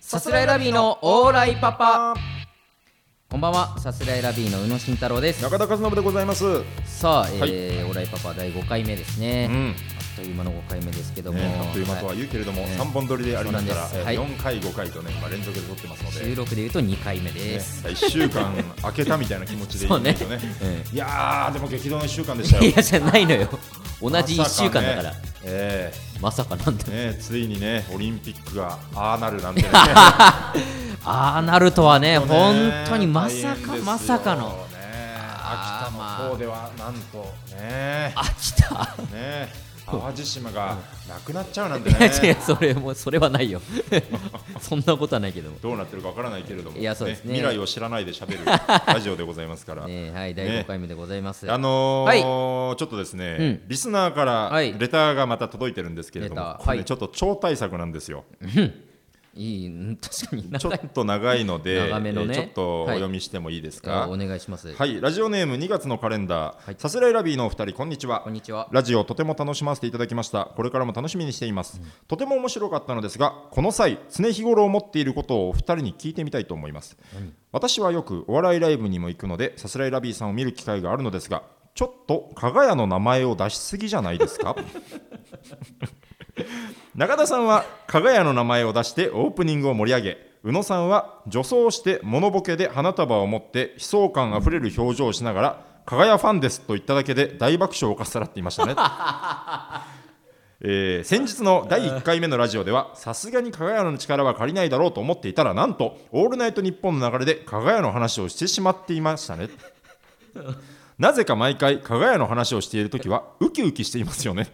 さすらいラビーのオーライパパこんばんはさすらいラビーの宇野慎太郎です中田和信でございます。うさあ、えーはいオーライパパ第5回目ですね、あん。っという間の5回目ですけども、ね、あっという間とは言うけれども、三本撮りでありますから、そうえなんですはーい四回五回とね、まあ連続で撮ってますの収で。録でいうと2回目ねです、一週間開けたみたいな気持ちでいそういねですよね。えいやー、でも激動の一週間でしいたよ。やじゃないのよ同じ1まさ週間だから、ねえまさかなんだえねえ、ついにね、オリンピックがああなるな んてね。ああなるとはねね本当にまさ大変かですよまさかの。ねあ秋ー田まあの方ではなんとねあ来たね淡路島がなくなっちゃうなん ていや違ねうそれもうそれはないよ そんなことはないけどもどうなってるかわからないけれども、いやそうですね未来を知らないで 喋るラジオでございますから。ねはい第5回目でございます、あのーはいちょっとですね、うんリスナーからはいレターがまた届いてるんですけれども、レターこれねはいちょっと超大作なんですよ、いいうん確かにちょ長いっと長いので 長めのねえーちょっとおはい読みしてもいいですあか、お願いします、はい、ラジオネーム2月のカレンダー、はいさすらいラビーのお二人、こんにちはこん。にちはラジオとても楽しませていただきましたこれからも楽しみにしています、とても面白かったのですがこの際常日頃思っていることをお二人に聞いてみたいと思います私はよくお笑いライブにも行くのでさすらいラビーさんを見る機会があるのですがちょっと加賀屋の名前を出しすぎじゃないですか中田さんは加賀屋の名前を出してオープニングを盛り上げ宇野さんは女装してモノボケで花束を持って悲壮感あふれる表情をしながら加賀屋ファンですと言っただけで大爆笑をかっさらっていましたねえー先日の第1回目のラジオではさすがに加賀屋の力は借りないだろうと思っていたらなんと「オールナイトニッポン」の流れで加賀屋の話をしてしまっていましたねなぜか毎回加賀屋の話をしている時はウキウキしていますよね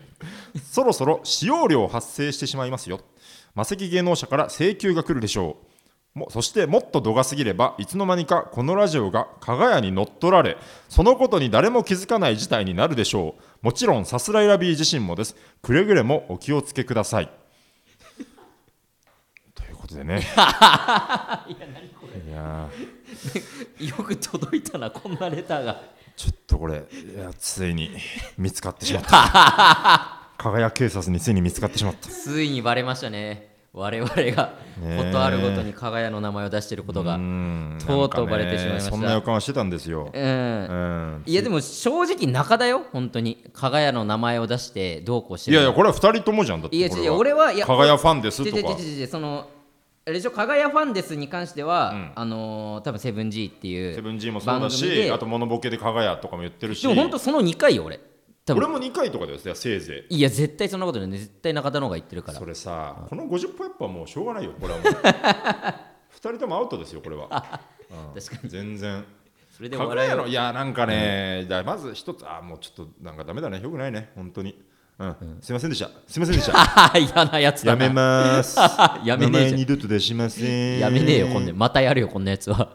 そろそろ使用料発生してしまいますよ魔石芸能者から請求が来るでしょうもそしてもっと度が過ぎればいつの間にかこのラジオが加賀屋に乗っ取られそのことに誰も気づかない事態になるでしょうもちろんさすらいラビー自身もですくれぐれもお気をつけください ということでねいやーよく届いたなこんなレターがちょっとこれいやついに見つかってしまった加賀屋警察についに見つかってしまったついにバレましたね我々がねえことあるごとに加賀屋の名前を出していることがうんんとうとうバレてしまいましたなんかねそんな予感はしてたんですよ。うんいやでも正直中だよ本当に加賀屋の名前を出してどうこうしているやいや、これは二人ともじゃんだって。いやこ違うれ違う俺はいや加賀屋ファンですと違う違かう。違う違うそのあれでしょ加賀屋ファンですに関しては、あのー多分セブン G っていうセブン G もそう番だ組でし、あとモノボケで加賀屋とかも言ってるし。でも本当その2回よ俺多俺分も2回とかですよ、せいぜいや絶対そんなことない絶対中田の方が言ってるかい。らそれさ、この50歩やっぱもうしょうがないよ、これはもう。 二人ともアウトですよ、これは。確かに全然。それで加お賀笑い屋をの、いや、なんかね、だまず一つ、あー、もうちょっとなんかダメだね、よくないね、本当に。うん、すいませんでした。すいませんでした。嫌なやつだ やな。めまーすやめねえじゃん名前二度と出しません。やめねえよこんななまたやるよこんなやつは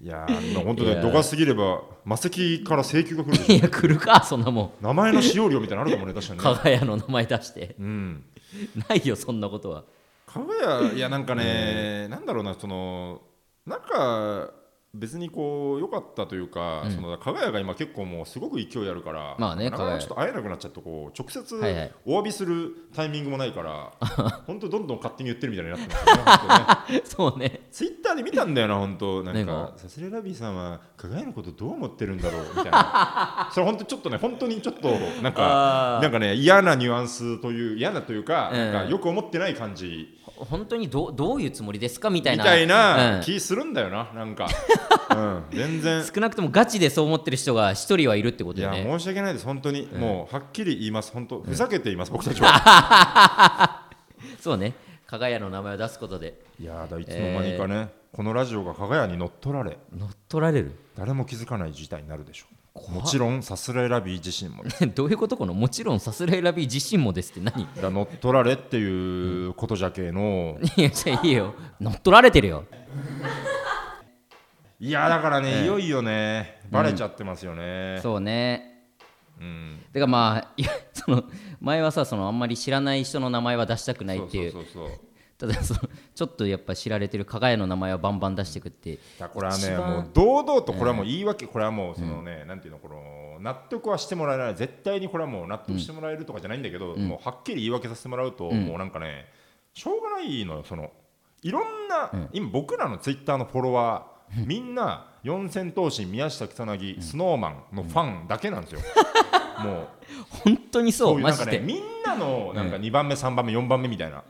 い やー、本当いやね、ー度が過ぎれば、魔石から請求が来るでしょ いや来るかそんなもん名前の使用料みたいなのあるかもね、確か加にね。賀屋の名前出してうん。ないよそんなことはかがや、いや、なんかね、なんだろうな、その、なんか、別にこう、良かったというか、その、かがやが今結構もう、すごく勢いあるから、まあねなか加賀なか屋ちょっと会えなくなっちゃって、こう、直接はいはいお詫びするタイミングもないから、 本当どんどん勝手に言ってるみたいになってますよね本当ね。そうねツイッターで見たんだよな、本当、なん何か、サスレラビーさんは、加賀屋のことどう思ってるんだろうみたい な、それ、本当、ちょっとね、本当にちょっと、なんあかー、なんかね、嫌なニュアンスという、嫌なというか、うんなんかよく思ってない感じ本当にどうどういうつもりですかみたいみなたいなうん気するんだよな、な んか、うん、全然、少なくともガチでそう思ってる人が一人はいるってこいとよや、ね申し訳ないです、本当に、もう、はっきり言います、本当、ふざけて います、僕たちは。そうね加賀屋の名前を出すことでいやー、だいつの間にかね、このラジオが加賀屋に乗っ取られ、乗っ取られる 誰も気づかない事態になるでしょう。怖っもちろん、さすらいラビー自身も。どういうことこのもちろんさすらいラビー自身もですって何 いだ乗っ取られっていうことじゃけえの、やじゃあいいよ乗っ取られてるよいやだからね、いよいよねバレちゃってますよね、そうねうんてかまあいやその前はさそのあんまり知らない人の名前は出したくないっていうそうそうそうそうただそのちょっとやっぱ知られてる加賀屋の名前はバンバン出してくってだからこれは一ね番もう堂々とこれはもう言い訳、これはもうそのね、なんていうのこの納得はしてもらえない絶対にこれはもう納得してもらえるとかじゃないんだけど、もうはっきり言い訳させてもらうと、もうなんかねしょうがないのよそのいろんな、うん今僕らのツイッターのフォロワーみんな四千頭身宮下草薙、スノーマンのファンだけなんで すよ、もう本当にそうこういうマなんジかねで、みんなのなんか2番目3番目4番目みたいな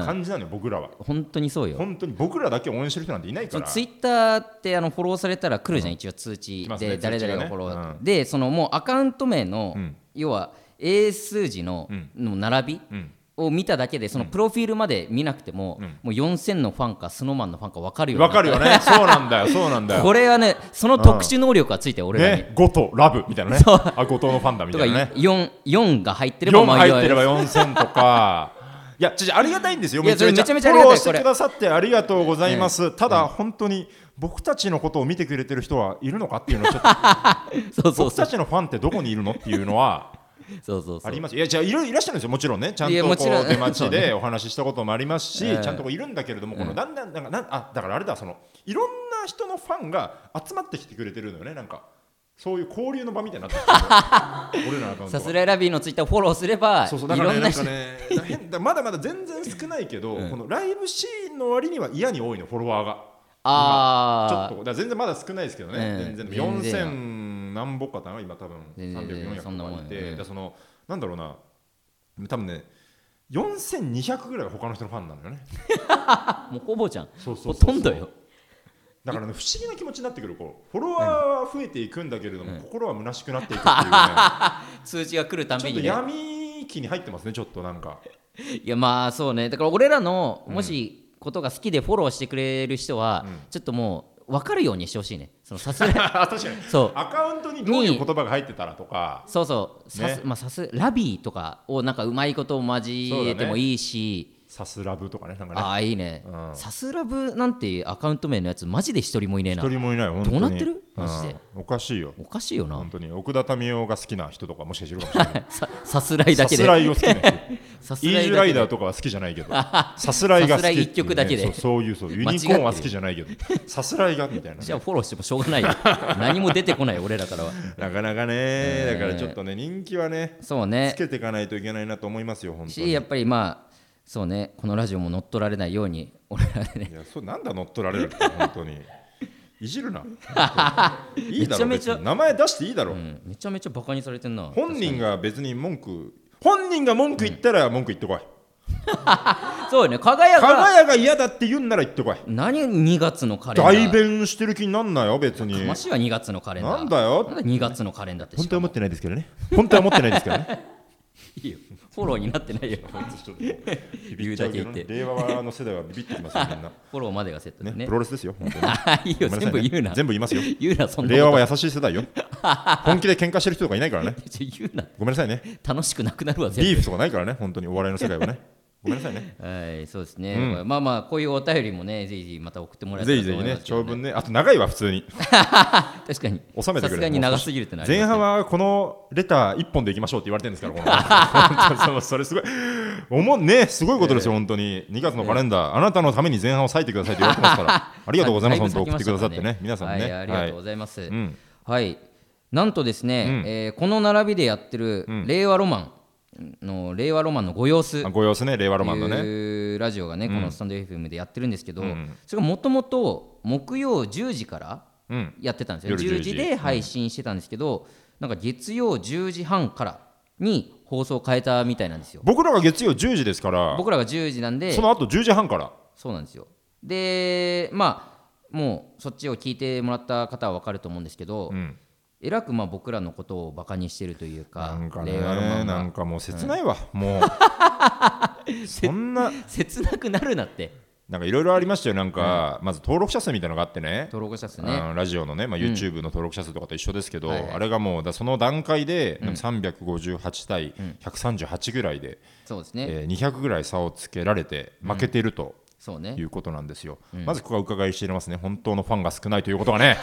うん感じなのよ僕らは本当にそうよ本当に僕らだけ応援してる人なんていないそかのらツイッターってあのフォローされたら来るじゃん、一応通知来ますねで誰々通知ががねフォロー、うんでそのもうアカウント名の、うん要は英数字の,、うんの並びうんを見ただけでそのプロフィールまで見なくても、うんもう4000のファンかスノーマンのファンか分かるようにわかる よねそうなんだよそうなんだよこれはねその特殊能力がついてる俺らに、ね後藤ラブみたいなねそうあ後藤のファンだみとたかいなね4四が入ってれば4まあ入ってれば4000とかいやちょちょありがたいんですよいやめちゃめちゃそれめちゃめちゃあフりがたォローいしてくださってありがとうございますただ本当に僕たちのことを見てくれてる人はいるのかっていうのは ちょっとそうそう僕そうたちのファンってどこにいるのっていうのはそうそうそあうりますいやじゃあいろいらっしゃるんですよもちろんねちゃんいやとこもちろんう出待ちでお話ししたこともありますし、ええちゃんとこういるんだけれども、このだんだんなんかなんあだからあれだそのいろんな人のファンが集まってきてくれてるのよねなんかそういう交流の場みたいになってきてる俺らのアカウ ントさがすらいラビーのツイッターフォローすればそうそうだいからろねんななんか人ね変だまだまだ全然少ないけど、 うんこのライブシーンの割には嫌に多いのフォロワーがちょっあとあだから全然まだ少ないですけどね、ええ全然全然よ4000何本かな今多分全然全然300400そんなもんとよかいて、うんでそのなんだろうな多分ね4200ぐらいは他の人のファンなのよねもうほぼじゃんそうそうそうほそうとんどよだからね不思議な気持ちになってくるこうフォロワーは増えていくんだけれども、うん心は虚しくなっていくって いうね通知が来るたちょびっとにね闇期に入ってますねちょっとなん かいやまあそうねだから俺らのもしことが好きでフォローしてくれる人は、うんちょっともう分かるようにしてほしいねそのさすらい あ確かにそうアカウントにどういう言葉が入ってたらとかそうそうさす、ねまあさすラビーとかをなんかうまいことを交えてもいいし、さすらぶとかねなんかねああいいねうんさすらぶなんていうアカウント名のやつマジで一人もいねえな一人もいない本当にどうなってるマジでうんおかしいよおかしいよな本当に奥田民生が好きな人とかもしかしているかもしれないささすらい ださけすでらいを好きな人 さすイーらジいュだラけイでダーとかは好きじゃない けどさすらいが好さすきっていうねらい一曲だけでそうそういうそうユニコーンは好きじゃない けどさすらいがみたいなねじゃあフォローしてもしょうがない よ何も出てこない俺らからはなかなかねだからちょっとね人気はねそうつねけていかないといけないなと思いますよ本当にしいやっぱりまあそうねこのラジオも乗っ取られないように俺らでねやそうなんだ乗っ取られるって本当にいじ るな本当にいいだろめちゃめちゃ別に名前出していいだろうんめちゃめちゃバカにされてんな本人が別に文句本人が文句言ったら文句言ってこい、そうよね加賀屋加賀が屋が嫌だって言うんなら言ってこい何2月のカレンダー代弁してる気になんなよ別にましは2月のカレンダーなんだなんよだ2月のカレンダーって本し当はか思ってないですけどね本当は思ってないですけどねいいよフォローになってないよビビっちゃうけどね言うだけ言って令和の世代はビビってきますよみんな、フォローまでがセットねでねプロレスですよ本当にあいいよごめ全んさ部いね言うな全部言いますよ 言うなそんな令和ことは優しい世代よ本気で喧嘩してる人とかいないからね言うなごめんなさいね楽しくなくなるわ全部ビーフとかないからね本当にお笑いの世界はねごめんなさいねはい、そうですね、まあまあ、こういうお便りもね、 ぜひぜひまた送ってもらえたぜらひとぜ思ひいますねけど長文ねあと長いわ普通に確かに、収めてくれさすがに長すぎるってな前半は、はこのレター一本でいきましょうって言われてるんで すから、この本当にそれそれすごい、思うね、すごいことですよ、本当に、2月のカレンダー、あなたのために前半を割いてくださいって言われてま すから、ありがとうございます、だ本ぶ当、送っ先来てくだましさたっかてらね、皆さんね。はい、ありがとうごはいざいます。うんはい、なんとですね、うんえーこの並びでやってる、ん令和ロマンの、令和ロマンのご様子あ。ご様子ね、令和ロマンのね。いうラジオがね、このスタンド FM でやってるんですけど、うんそれがもともと木曜10時からうん、やってたんですよ夜10 10時時で配信してたんですけど、なんか月曜10時半からに放送を変えたみたいなんですよ僕らが月曜10時ですから、僕らが10時なんでその後10時半から、そうなんですよでまあもうそっちを聞いてもらった方は分かると思うんですけど、うんえらくまあ僕らのことをバカにしてるというかなんか令和ロマね、ンながんかもう切ないわ、も う、そんな、切なくなるなってなんかいろいろありましたよ、なんか、まず登録者数みたいなのがあってね。登録者数ねうんラジオのね、まあ、YouTube の登録者数とかと一緒ですけど、はいはいあれがもうだその段階でなんか358対138ぐらいで、そうですね、えー200ぐらい差をつけられて負けていると。そうねいうことなんですよ、まずここは伺いしていますね本当のファンが少ないということがね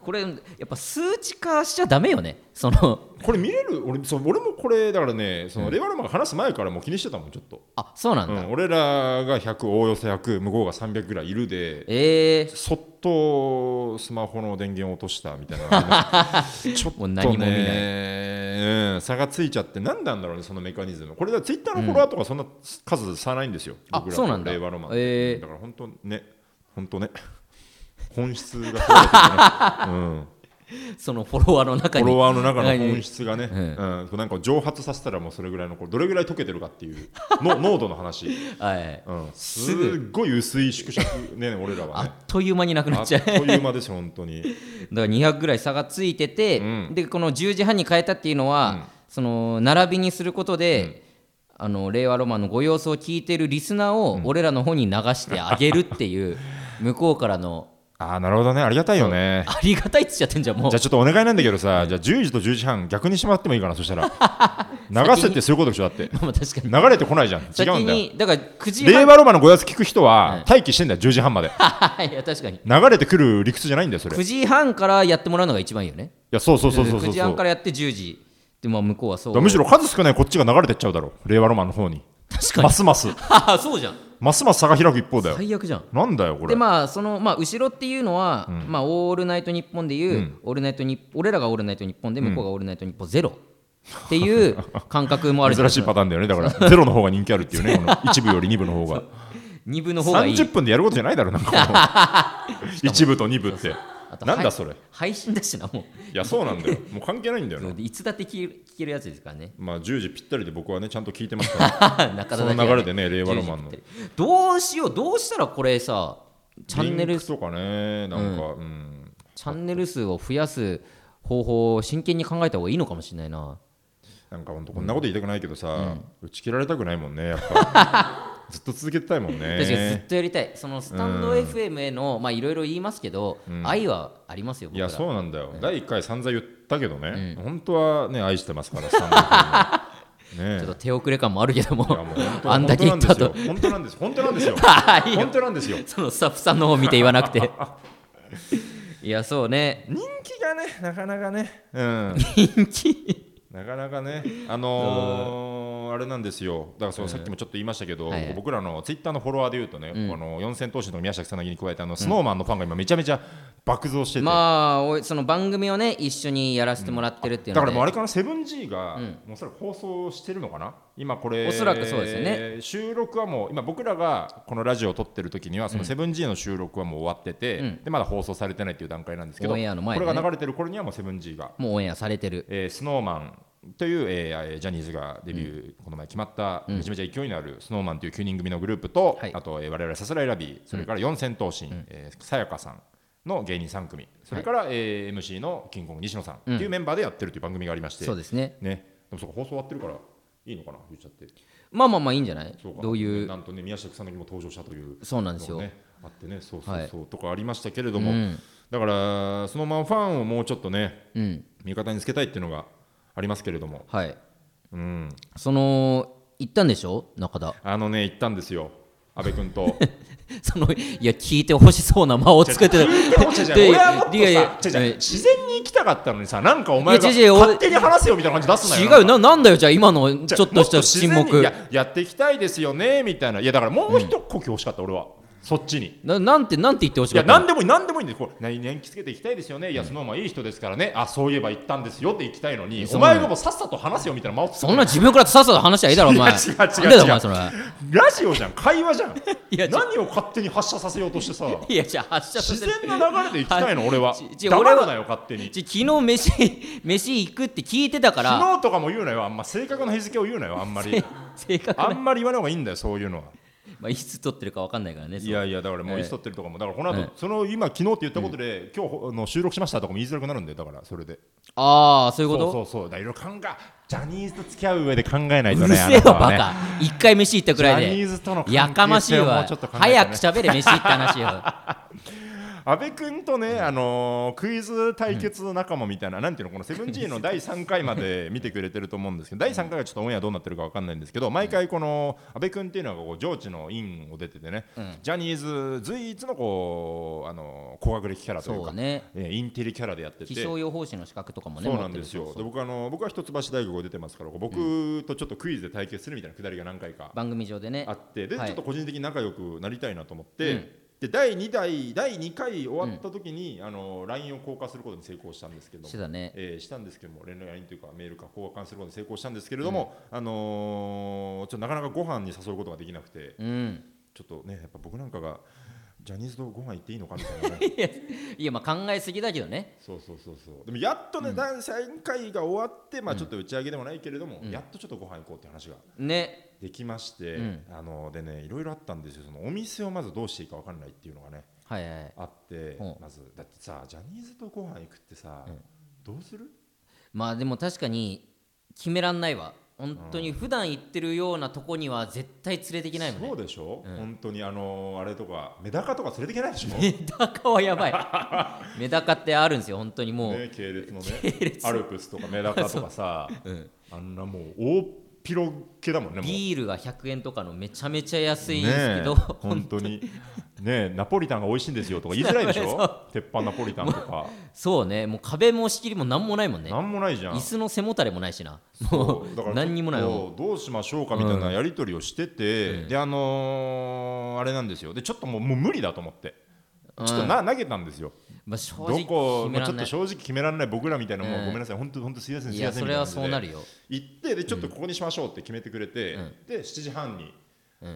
これやっぱ数値化しちゃダメよねそのこれ見れる俺そう俺もこれだからねそのレイワルマンが話す前からもう気にしてたもんちょっと、あそうなんうだ、ん、俺らが100おおよそ100向こうが300ぐらいいるでええそっとスマホの電源を落としたみたいなちょっ ともう何も見ないねね、うん差がついちゃって何なんだろうねそのメカニズムこれだツイッターのフォロワーとかそんな数差ないんですよ、あ僕らそうなんだ令和ロマン、えーだから本当ね本当ね 本質が問われてるね、 うんそのフォロワーの中にフォロワーの中の本質質がね、ええうん、なんか蒸発させたらもうそれぐらいのこうどれぐらい溶けてるかっていうの濃度の話、はい、うん、すすっぐごい薄い縮尺ね俺らはあっねという間になくなあっっちとゃういう間ですよ本当にだから200ぐらい差がついてて、うんでこの10時半に変えたっていうのは、うんその並びにすることで、あの令和ロマンのご様子を聞いてるリスナーを俺らの方に流してあげるって いう向こうからのああなるほどねありがたいよねありがたいっつっちゃってんじゃんもうじゃあちょっとお願いなんだけどさじゃあ10時と10時半逆にしてもらってもいいかなそ したら流せってそういうことでしょだってまあまあ確かに流れてこないじゃん違う先んだよにだから9時令半和ロマンのごやつ聞く人は待機してんだよ10時半ま でいや確かに流れてくる理屈じゃないんだよそれい9時半からやってもらうのが一番いいよねやそうそうそうそうそう9時そう半からやって10時でまあ向こうはそだからう むしろ数少ないこっちが流れてっちゃうだろ令和ロマンの方に確かまにすますあそうじゃんますます差が開く一方だよ最悪じゃんなんだよこでれまあそのまあ後ろっていうのは、まあオールナイトニッポンでいう、オールナイトニッ俺らがオールナイトニッポンで向こうがオールナイトニッポンゼロっていう 感覚もある珍しいパターンだよねだからゼロの方が人気あるっていうねこの一部より二部の方が二部の方がいい30分でやることじゃないだろなんか もう一部と二部ってあとなんだはいそれ配信だしなもいやそうなんだよもう関係ないんだよなういつだって聞ける聞けるやつですから ねまあ10時ぴったりで僕はねちゃんと聞いてますから中そ田だけはの流れでね令和ロマン10時のぴったりどうしようどうしたらこれさ チャンネリルンクとかねなんかうんチャンネル数を増やす方法を真剣に考えた方がいいのかもしれないななんかほんとこんなこと言いたくないけどさ打ち切られたくないもんねやっぱ ずっと続けてたいもん確かにずっねとやりたい、そのスタンド FM への、まあいろいろ言いますけど、愛はありますよ、い僕らやそうなんだよ第1回散々言ったけどね本当はね愛してますからスタンド FM ねちょっと手遅れ感もあるけども、いや もう本当あんだけ言ったと、本当なんですよ本当なんで すよはいいよ本当なんですよそのスタッフさんの方見て言わな くて。いや、そうね、人気がねなかなかねうん人気、 なかなかね、あのーあれなんですよ、だからそうさっきもちょっと言いましたけど、はいはい僕らのツイッターのフォロワーでいうとね、あの四千頭身の宮崎さなぎに加えて、あのスノーマンのファンが今、めちゃめちゃ爆増してて、まあ、おいその番組をね、一緒にやらせてもらってるっていうだのかで、らもうあれかな、セブン G が、んもうおそらく放送してるのかな、今これ、おそらくそうですよね収録はもう、今、僕らがこのラジオを撮ってる時には、そのセブン G の収録はもう終わってて、うんでまだ放送されてないっていう段階なんですけど、オンエアの前こでねれが流れてる頃には、もうセブン G がもうオンエアされてる。えー、スノーマンという、えーえージャニーズがデビュー、この前決まった、めちゃめちゃ勢いのあるスノーマンという9人組のグループと、はいあと、えー、我々さすらいラビーそれから四千頭身えーさやかさんの芸人3組それから、えー MC のキングコング西野さんっていうメンバーでやってるという番組がありまして、そうですね。ね、でもそこ放送終わってるからいいのかな言っちゃってまあまあまあ、いいんじゃないそうかどういう、なんとね宮下草薙も登場したというそうなんですのよが。ねあってねそうそうはいそう、とかありましたけれどうも、ん、だからスノーマンファンをもうちょっとねうん、味方につけたいっていうのがありますけれども、はい。うん、その、行ったんでしょ、中田。あのね、行ったんですよ、阿部君 と。そのいや聞いてほしそうな間を作ってた。違う違うで俺はもっとさいやいや違う違うえ自然に行きたかったのにさ、なんかお前がいや違う違う俺勝手に話せよみたいな感じ出す違なよ。うななんだよじゃあ今のじゃちょっとした沈もっと自然にい黙ややっていきたいですよねみたいな、いやだからもう一呼吸欲しかった、俺は、そっちに。ななんてなんて言ってほしいかや、っなたんのでもいい、なんでもいいんです、これ、何年気つけていきたいですよね、いや、そのままいい人ですからね、あそういえば行ったんですよって行きたいのに、そおんな前がもうさっさと話せよみたいな、間をつそんな自分からさっさと話しゃいいだろお前違う違う違うなんだよお前そ れラジオじゃん、会話じゃ んや違、う何を勝手に発射させようとしてさ。いやじゃあ発射さ自せる然な流れで行きたいの、俺はち。ち黙俺るはなよ、勝手に。ち昨日飯飯行くって聞いてたから昨日とかも言うなよ、あんま正確な日付を言うなよ、あんまり。正確あんまり言わない方がいいんだよ、そういうのは。まあいつ撮ってるかわかんないからねいやいや、だからもうええいつ撮ってるとかも、だからこの後、ええその今、昨日って言ったことで、今日あの収録しましたとかも言いづらくなるんだよ、だからそれで。ああそういうそこうとそうそう、だからいろいろ考え、ジャニーズと付き合う上で考えないとうね。るせえわあなたはバねカ一回飯行ったくらジャいニでーズとの関係性をやかましいもわうちょっと考えてね早く喋れ飯行った話 よ安倍君とね、あのークイズ対決仲間みたいな、なんていうの、このセブン G の第3回まで見てくれてると思うんですけど、第3回はちょっとオンエアどうなってるかわかんないんですけど、毎回、この安倍君っていうのがこう上智の院を出ててね、ジャニーズ随一のこう、あのー高学歴キャラというそか、うねえーインテリキャラでやってて。気象予報士の資格とかもねそうなんですよ持ってでる僕あの僕は一橋大学を出てますからこう僕とちょっとクイズで対決するみたいなくだりが何回か番組上でねあってで、はいちょっと個人的に仲良くなりたいなと思って、で第2代第2回終わった時に、あの LINE を交換することに成功したんですけどもしてたねえーしたんですけども連絡 LINE というかメールか交換することに成功したんですけれども、あのーちょっとなかなかご飯に誘うことができなくて、うんちょっとねやっぱ僕なんかがジャニーズとご飯行っていいのかみたいなね、いやまあ考えすぎだけどねそうそうそうそうでもやっとね、第3回が終わってまあちょっと打ち上げでもないけれども、やっとちょっとご飯行こうって話がねできまして、うんあのでねいろいろあったんですよそのお店をまずどうしていいか分かんないっていうのがねはいはいあってうんまずだってさジャニーズとご飯行くってさ、どうするまあでも確かに決めらんないわ本当に普段行ってるようなとこには絶対連れていけないもんねそうでしょ、本当にあのあれとかメダカとか連れていけないでしょ、メダカはやばいメダカってあるんですよ本当にもう、ね、系列 のねアルプスとかメダカとかさ、あんなもう大っ広げだもんねもうビールが100円とかのめちゃめちゃ安いんですけねえど、本当にねえナポリタンが美味しいんですよとか言いづらいでしそょ鉄板ナポリタンとかそうねもう壁も仕切りも何もないもんねなんもないじゃん椅子の背もたれもないしなもそううだから何にもないもんそうどうしましょうかみたいなやり取りをしてて、であのーあれなんですよでちょっともうもう無理だと思ってちょっとな、投げたんですよまあ、正ど直こ決めまあらちょんっなとい正直決められない僕らみたいなもう、うんごめんなさい本当本当すいませんすいいまやせんそみれたいなは感じでそうなるよ行ってでちょっとここにしましょうって決めてくれて、で7時半に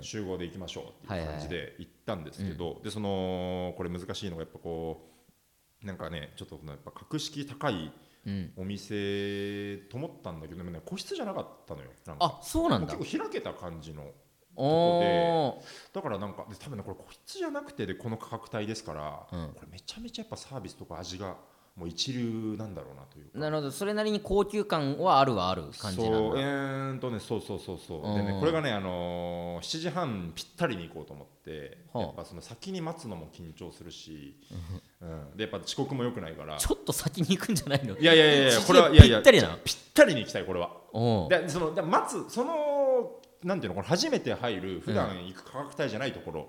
集合で行きましょうっていう感じで行ったんですけど、でそのこれ難しいのがやっぱこうなんかねちょっとやっぱ格式高いうんお店と思ったんだけど、でもね個室じゃなかったのよなんかあそうなんもだう結構開けた感じのおーだからなんかで多分ねこれ個室じゃなくてでこの価格帯ですから、うんこれめちゃめちゃやっぱサービスとか味がもう一流なんだろうなというかなるほどそれなりに高級感はあるはある感じなんそうだえーんとねそうそうそうそううんでねこれがね、あのー7時半ぴったりに行こうと思って、はあやっぱその先に待つのも緊張するし、うん、でやっぱ遅刻もよくないからちょっと先に行くんじゃないのいやいやいやいやこれはいやいぴやったりなぴったりに行きたいこれはおーでそので待つそのなんていうのこれ初めて入る普段行く価格帯じゃないところ、うん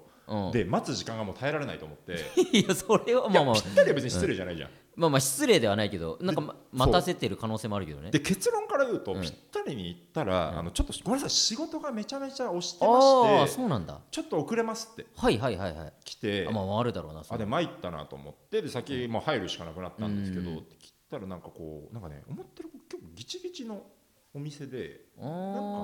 で待つ時間がもう耐えられないと思って、 いやそれはいまあまやあぴったりは別に失礼じゃないじゃん、まあまあ失礼ではないけどなんかまう待たせてる可能性もあるけどねで結論から言うと、うんぴったりに行ったら、あのちょっとごめんなさい仕事がめちゃめちゃ押してまああーしてそうなんだちょっと遅れますってはいはいはいはい来てあまああるだろうなそあれで参ったなと思ってで先もう入るしかなくなったんですけど、うん切ったらなんかこうなんかね思ってる結構ギチギチのお店であなん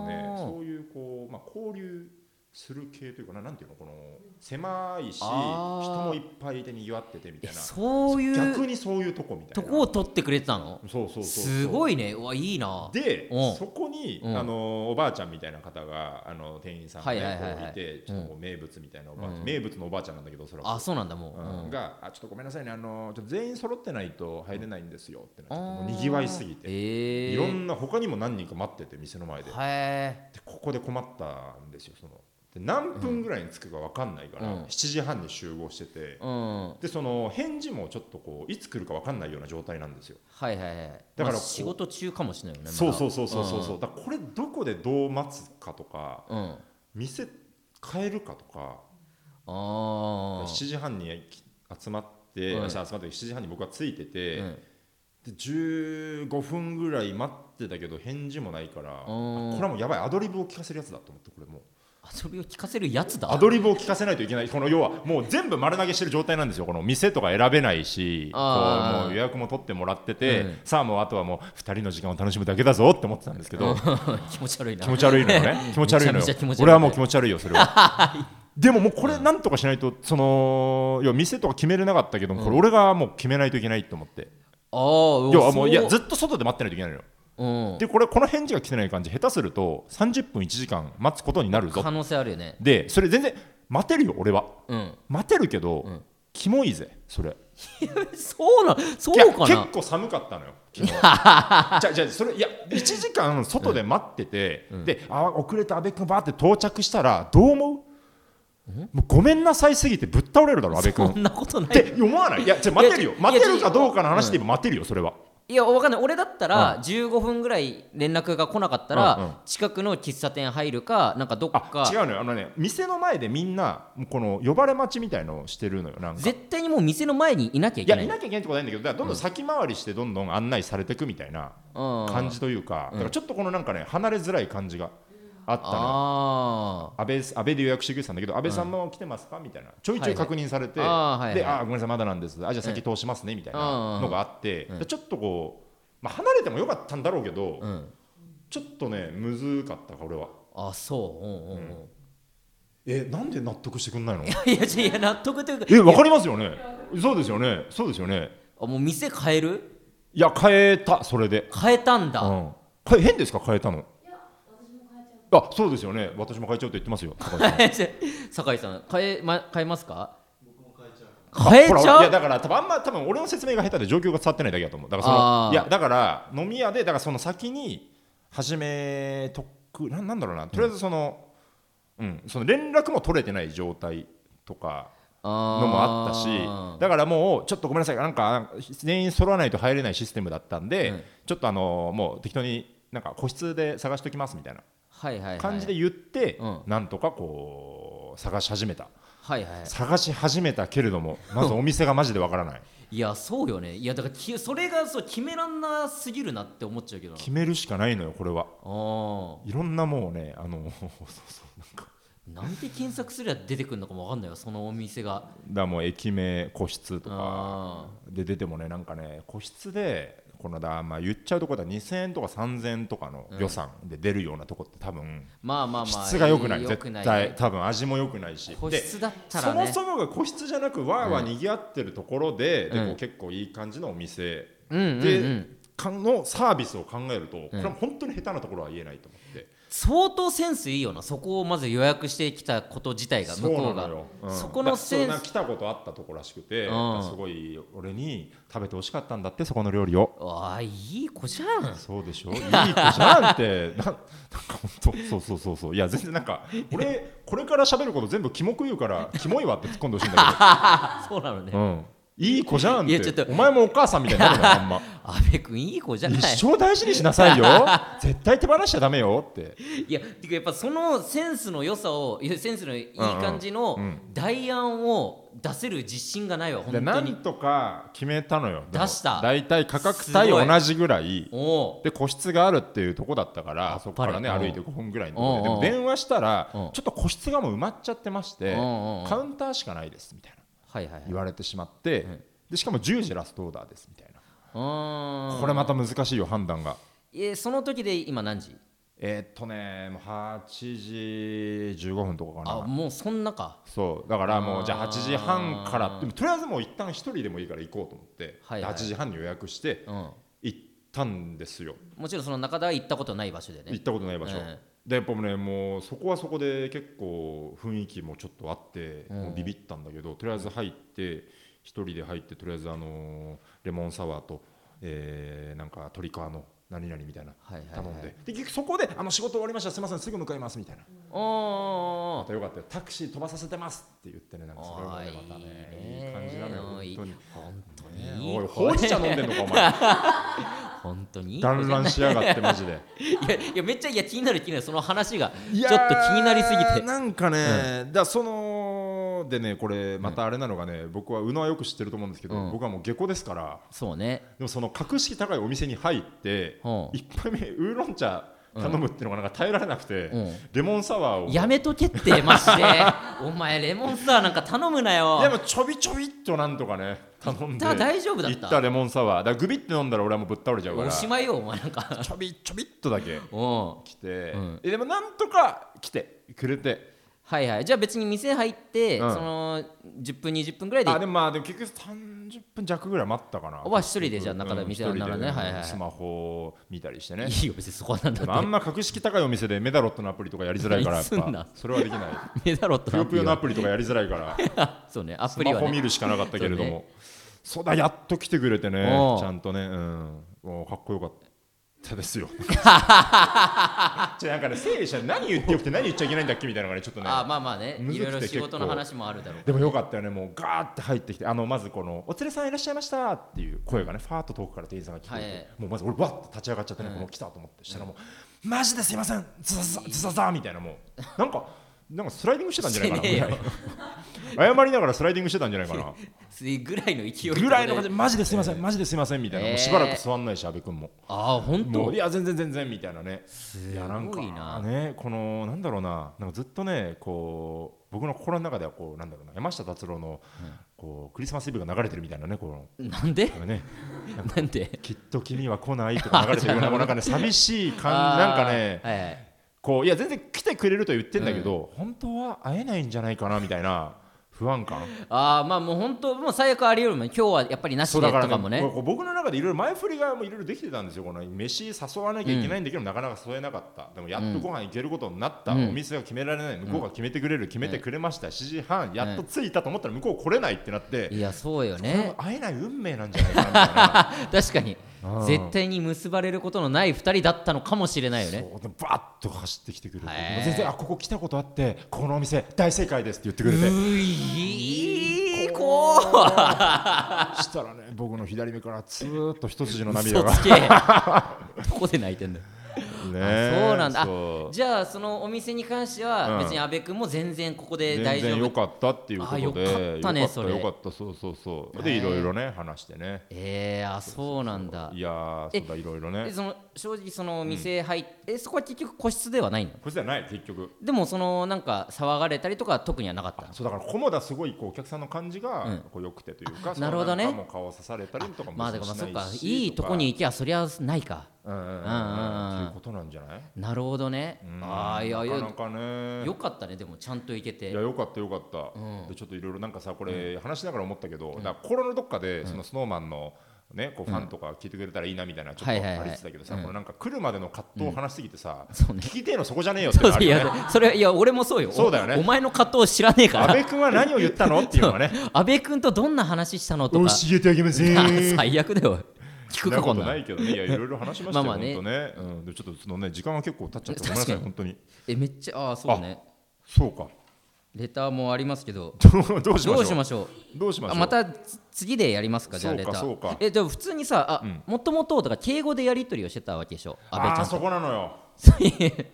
ーかねそういうこう、まあ、交流する系というかななんていうのこの狭いし人あーもいっぱいでにぎわっててみたえいなそういう逆にそういうとこみたといなこを取ってくれてたのそうそうそうそうすごいねうわいいなでうんそこに、うんあのおばあちゃんみたいな方があの店員さんが、ねはいはいはいはいこういてちょっとこう名物みたいなおばあちゃんうん名物のおばあちゃんなんだけどそれはあそうなんだもう、うんがあちょっとごめんなさいねあのちょっと全員揃ってないと入れないんですよってなっちゃってもうあーにぎわいすぎて、えー、いろんな他にも何人か待ってて店の前ででへここで困ったんですよそので何分ぐらいに着くか分かんないから、うん7時半に集合しててえ、うんはでその返事もちょっとこういつ来るか分かんないような状態なんですよ、いはいはいだかまらこうあ仕事中かもしれないよねそうそうそうそうそうそそうだからこれどこでどう待つかとかうん、うん、店変えるかとかあ7時半に集まって、うん集まって7時半に僕はついてあ、て、うん、で15分ぐらい待ってたけど返事もないからあーこれはもうやばいアドリブを聞かせるやつだと思ってこれもう遊びを聞かせるやつだアドリブを聞かせないといけないこの要はもう全部丸投げしてる状態なんですよこの店とか選べないしこうあーもう予約も取ってもらってて、うんさあもうあとはもう2人の時間を楽しむだけだぞって思ってたんですけど、 気持ち悪いな気持ち悪いの よね気持ち悪いのめよちゃめちゃ気持ち悪い俺はもう気持ち悪いよそれは でももうこれなんとかしないとそのいや店とか決めれなかったけどこれ俺がもう決めないといけないと思って、ああ要はもういやずっっと外で待ってないといけないのようんでこれこの返事が来てない感じ下手すると30分1時間待つことになるぞ可能性あるよねでそれ全然待てるよ俺はうん待てるけど、んキモいぜそれそうなそうかいやな結構寒かったのよ 昨日じゃあじゃあそれいや1時間外で待ってて、であー遅れた阿部君バーって到着したらどう思う、もうごめんなさいすぎてぶっ倒れるだろ阿部君 そんなことなっいて思わないいやじゃあ待てるよいや待ているやちょかどうかの話で言えば待てるよそれはいやわかんない俺だったら15分ぐらい連絡が来なかったうんうんら近くの喫茶店入るかなんかどっあか違うのよあのね店の前でみんなもうこの呼ばれ待ちみたいのをしてるのよなんか絶対にもう店の前にいなきゃいいけやないいなきゃいけないってことはないんだけどだからどんどん先回りしてどんどん案内されていくみたいなうん感じというか,、だからちょっとこのなんかね離れづらい感じがあったのあ安倍安倍で予約してくれてたんだけど安倍さんも来てますかみたいなちょいちょい確認されて、はいはいあーはいはいであーごめんなさいまだなんですあじゃあ先通しますねみたいなのがあって、でちょっとこう、まあ、離れてもよかったんだろうけど、あうんちょっとねむずかったか俺はあそううんうんうんえなんで納得してくんない のいやいや納得というかえわかりますよねそうですよねそうですよねあもう店変えるいや変えたそれで、変えたんうだん、変え変ですか変えたのあそうですよね私も変えちゃうと言ってますよ高橋さん 酒井さん変え,、ま、変えますか あ変えちほらいゃやうだから多分あんま多分俺の説明が下手で状況が伝わってないだけだと思うだからそあのーいやだから飲み屋でだからその先に始めとくなんなんだろうなとりあえずそのうん、その連絡も取れてない状態とかののもあったしだからもうちょっとごめんなさいなんか全員揃わないと入れないシステムだったんで、うんちょっとあのもう適当になんか個室で探しておきますみたいなはいはいはい感じで言って、うんなんとかこう探し始めたはいはい探し始めたけれどもまずお店がマジでわか らないいやそうよねいやだからきそれがそう決めらんなすぎるなって思っちゃうけどな決めるしかないのよこれはあいろんなもうねあの そうそうなんかあなんで検索すりゃ出てくるのかもわかんないわそのお店がだからもう駅名個室とかあで出てもねなんかね個室でこのだまあ言っちゃうとこだ2000円とか3000円とかの予算で出るようなとこって多分まあまあまあ質が良くない良絶ない対多分味も良くないし個で室だったそらねもそもが個室じゃなくわーわーにぎわってるところででうんこう結構いい感じのお店うんうんうんでかのサービスを考えるとこれは本当に下手なところは言えないと思って相当センスいいよなそこをまず予約してきたこと自体が向こうがうんそこのセンだスからそうなんか来たことあったとこらしくて、うんすごい俺に食べてほしかったんだってそこの料理をああいい子じゃんそう でしょいい子じゃんってななんか本当そうそうそうそういや全然なんか俺これから喋ること全部キモく言うからキモいわって突っ込んでほしいんだあそうなのけねど、うん、いい子じゃんっいてやちょっとお前もお母さんみたいにな るのあんま阿部君いい子じゃない一生大事にしなさいよ 絶対手放しちゃダメよっていやてかやっぱそのセンスの良さをいやセンスのいい感じのうんうん代案を出せる自信がないわ本で当なにんとか決めたのよでも出した大体価格帯同じぐらいおおで個室があるっていうとこだったからっぱりそこからねうん歩いて5分ぐらいのとうこでんでも電話したらちうょんっと個室がもう埋まっちゃってましてうんうんうんカウンターしかないですみたいなはいはいはいう言われてしまってでしかも10時ラストオーダーですみたいなーんこれまた難しいよ判断がえその時で今何時えーっとねもう8時15分とかかあなもうそんなかそうだからもあうーじゃあ8時半からでもとりあえずもう一旦一人でもいいから行こうと思ってではいはい8時半に予約してうん行ったんですよもちろんその中田は行ったことない場所で行ねったことない場所、えでやっぱねもうそこはそこで結構雰囲気もちょっとあって、うんもうビビったんだけどとりあえず入って一人で入ってとりあえずあのーレモンサワーと、えーなんか鶏皮の何々みたいなはいはいはい頼んで,、で結局そこであの仕事終わりましたすみませんすぐ向かいますみたいなおーおまたよかったよタクシー飛ばさせてますって言ってねなんーかそれおもーねいまたねいいいね感じなのよおーい本い当に。本当ねにいいおい子ほうじ茶飲んでんのかお 前本当にいい子団らんしやがってマジでいやいやめっちゃいや気になる気になるその話がいちょやっーと気になりすぎてなんかね、だそのでねこれまたあれなのがね、僕は宇野はよく知ってると思うんですけど、うん僕はもう下戸ですからそうねでもその格式高いお店に入って、うん一杯目ウーロン茶頼むっていうのがなんか耐えられなくて、うんレモンサワーをやめとけってマジで お前レモンサワーなんか頼むなよでもちょびちょびっとなんとかね頼んで行った大丈夫だった行ったレモンサワーだからグビって飲んだら俺はもうぶっ倒れちゃうからおしちまいよお前なん かょびちょびっとだけうん来て、うんえでもなんとか来てくれてはいはいじゃあ別に店入って、うんその10分20分ぐらいであでもまあでも結局30分弱ぐらい待ったかな。は一人でじゃあうん中で店一人ならねうんはいはいはいスマホを見た りしてね。いいよ別にそこはなんだでもあっんま格式高いお店でメダロットのアプリとかやりづらいからや何っすんぱなそれはできない。てメダロットぷよぷよのなアプリとかやりづらいからそうねアスプリマはホ見ねるしかなかったけれどそうも。そうだやっと来てくれてねおうちゃんとねうんもうかっこよかったです よ。じゃなんかね整理したら何言ってよくて何言っちゃいけないんだっけみたいなのがねちょっとね。あまあまあねむずいくてろいろ仕事の結構話もあるだろうでもよかったよね、もうガーって入ってきて、あのまずこのお連れさんいらっしゃいましたっていう声がね、ファーっと遠くから店員さんが聞こえて、はいもうまず俺、わっと立ち上がっちゃってね、もう来たと思って、したらもう、マジですいません、ズザザズザザみたいな、もう、なんか、なんかスライディングしてたんじゃないかなしてねえよぐらい謝りながらスライディングしてたんじゃないかなすぐらいの勢いぐらいの感じでマジですいませんマジですいませんみたいな、えーもうしばらく座んないし阿部君もああ本当もういや全然全然みたいなねいやなんすかごいなねこのなんだろうななんかずっとねこう僕の心の中ではこうなんだろうな山下達郎のこうクリスマスイブが流れてるみたいなねこのなんでなんかねなんできっと君は来ないとか流れて るようなもうなんかね寂しい感じあーなんかねはいはいこういや全然来てくれると言ってんだけど、本当は会えないんじゃないかなみたいな不安感ああまあもう本当もう最悪あり得るもん今日はやっぱりなしそうでだとからかねもこねうこう僕の中でいろいろ前振りがもういろいろできてたんですよこの飯誘わなきゃいけないんだけど、なかなか誘えなかったでもやっとご飯行けることになった、うんお店が決められない向こうが決めてくれる、決めてくれました7時半やっと着いたと思ったら向こう来れないってなって、いやそうよこれはね会えない運命なんじゃないかなみたいな。確かにうん絶対に結ばれることのない2人だったのかもしれないよ ねそうでもバッと走ってきてくれて、へー全然あここ来たことあってこのお店大正解ですって言ってくれてうい こうしたらね僕の左目からずーっと 一筋の嘘涙がつけ どこで泣いてんだよねあそうなんだあそうじゃあそのお店に関してうはん別に阿部君も全然ここで全大丈然良夫かったっていうことであよかったねよかったそれよかったそうそうそうでいろいろね話してねえー、あそうなんだいやーえそうだいろいろえねその正直そのお店入って、えそこは結局個室ではないのこれじゃない結局でもそのなんか騒がれたりとかは特にはなかったそうだから菰田すごいこうお客さんの感じうんがこう良くてというか、そなのるほどねなんかもう顔を刺されたりとかもまあだ別からにまあそっしかないしいいとこに行きゃそりゃないかうんうんうんううんっんうんていうことなんじゃないなるほどねああいやいやなかなかねよかったねでもちゃんと行けいてやよかったよかった、でちょっといろいろなんかさこれ話しながら思ったけど、だから心のどっかでそのスノーマンのねこうファンとか聞いてくれたらいいなみたいなちょっとはいはいはいありつつだけどさ、これなんか来るまでの葛藤を話しすぎてさ、そうね聞きてえのそこじゃねえよってそのうあそうるいよねやそれいや俺もそうよそうだよねおお前の葛藤知らねえか阿ら部君は何を言ったのっていうのはね阿部君とどんな話したのと教かえてあげません 最悪だよ聞くなかここんとななんいけどねいやいろいろ話しましたよまあまあね本当ね、うん、でちょっとそのね時間は結構経っちゃったごめんなさい確かに本当にえめっちゃああそうねそうかレターもありますけどどうどうしましょどううしましょうどうしましょあうまたつ次でやりますかじゃあそうレかターそうかえでも普通にさあもともととか敬語でやり取りをしてたわけでしょ阿部ちあゃあんとそこなのよ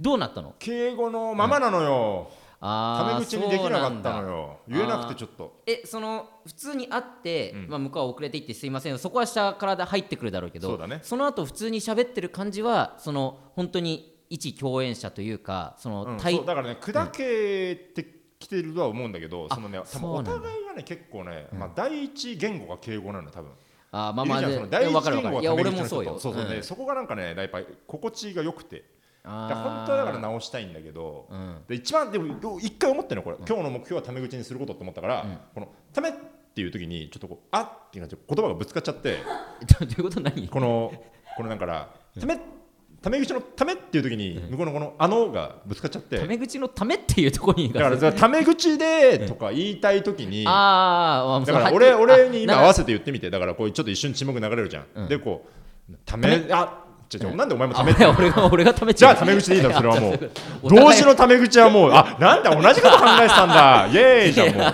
どうなったの敬語のままなのよ、タあメあ口にできなかったそうのなんだよ言えなくてちょっとえその普通に会って、まあ、向こうは遅れていってすいませんそこは下から入ってくるだろうけどそうだねの後普通に喋ってる感じはその本当に一共演者というかその、うん対そうだからね砕けてきてるとは思うんだけど、そのね多分そうなおんだ互いがね結構ね、まあ、第一言語が敬語なのよ多分あーまあいまるあじゃんでその第い一やわかるわか言語るいがやタメ俺口のも人そうよとそうそう、ねそこがなんかねやっぱり心地が良くてだから本当はだから直したいんだけど、うんで一番でもどう一回思ってるのこれ、今日の目標はタメ口にすることって思ったから、このタメっていう時にちょっとこうあってなっちゃう言葉がぶつかっちゃってどどういうこと何このこのだからためため口のためっていう時に向こうのこのあのがぶつかっちゃってタだメ口のためっていうところにからそれはため口でとか言いたい時にだあーあから俺俺に今合わせせて言ってみてだからこうちょっと一瞬沈黙流れるじゃうんんでこうためあ違う違うなんでお前もため俺が俺がためじゃあため口でいいだろそれはもうお互い 同時のため口はもうあなんだ同じこと考えてた んだイエーイじゃんもう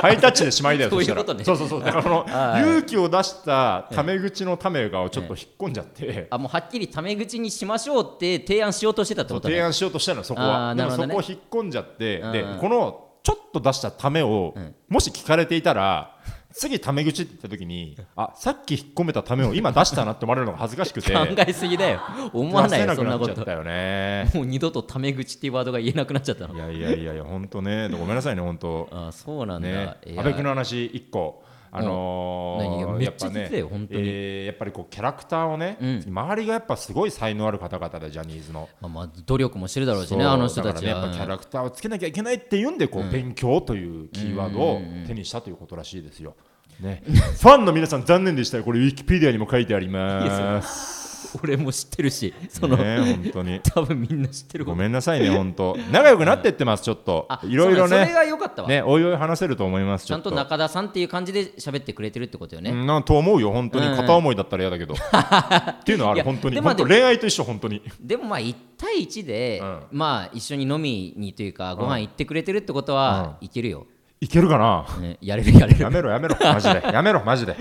ハイタッチでしまいだよそういうしたらことねそうそうそうだ からこのはい勇気を出したため口のためがちょっと引っ込んじゃってあもうはっきりタメ口にしましょうって提案しようとしてたってそうこと提ね案しようとしたのそこあーは、でなもるほどそねこを引っ込んじゃって、うんでうんこのちょっと出したためを、んもし聞かれていたら次タメ口って言った時にあさっき引っ込めたためを今出したなって思われるのが恥ずかしく て考えすぎだよ思わないよ出そせんななこくっちゃとったよねもう二度とタメ口っていうワードが言えなくなっちゃったのいやいやいやいや本当ねごめんなさいね本当あそうなんだ、ねいや阿部君の話一個あうのん何ー、めっちゃ聞いてたよ本当にえーやっぱりこうキャラクターをね、うん周りがやっぱすごい才能ある方々でジャニーズのまあ、まあ努力もしてるだろうしそうねあの人ただちからは、ねやっぱキャラクターをつけなきゃいけないっていうんでこう、勉強というキーワードを手にしたということらしいですよ。ね、 ファンの皆さん残念でしたよこれウィキペディアにも書いてあります。俺も知ってるしその、ね本 当に多分みんな知ってるごことめんなさいね本当仲良くなってってますちょっとあいろいそろうなんだそれねが良かったわ、ねおいおい話せると思いますちゃんとょっ中田さんっていう感じで喋ってくれてるってことよね、うんなんと思うよ本当にうん片思いだったら嫌 だけどっていうのはあいるや本当にでも本当恋愛と一緒本当にでもまあ1対1で、うんまあ一緒に飲みにというかご飯行ってくれてるってことは、いけるよ、いけるかなね、やれるやれやるめろやめろマジでやめろマジで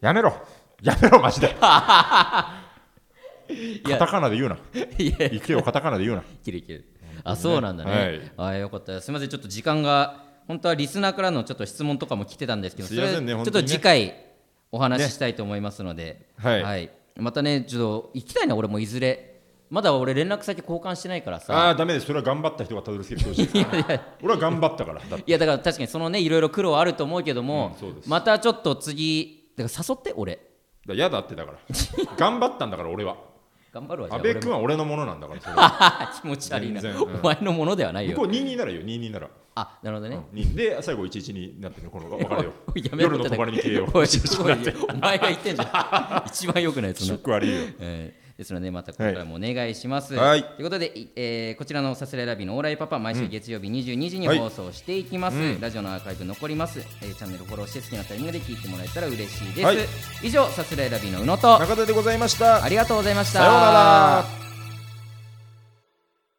やめろやめろマジでやカタカナで言うなや池をカタカナで言うなきるいける。あそうなんだね、あよかったですすみませんちょっと時間が本当はリスナーからのちょっと質問とかも来てたんですけどすいませんそねれ本ちょっ当とにね次回お話ししたいと思いますので、はいまたねちょっと行きたいな俺もいずれまだ俺連絡先交換してないからさああーダメですそれは頑張った人がたどり着ける表示です俺は頑張ったからだっていやだから確かにそのねいろいろ苦労はあると思うけども、うんそうですまたちょっと次だから誘って俺だ嫌だってだから頑張ったんだから俺は頑張るわじゃあ安倍俺君もは俺のものなんだからそれは 気持ち悪いな、全然うんお前のものではない向よこう22ならいいよ22ならあなるほどね、 2で最後11になってるこの分かるよおい やめろ夜の泊まりに消えよう おいおい お前が言ってんじゃん 一番よくないやつシなョック悪いよえーですのでまたこれからもお願いします。はいということで、いえーこちらのさすらいラビのオーライパパ毎週月曜日22時にはい放送していきます、うんラジオのアーカイブ残ります、えーチャンネルフォローして好きなタイミングで聞いてもらえたら嬉しいです。はい以上さすらいラビの宇野と中田でございましたありがとうございました。さようなら